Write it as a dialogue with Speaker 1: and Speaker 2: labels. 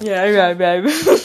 Speaker 1: yeah I will I will I will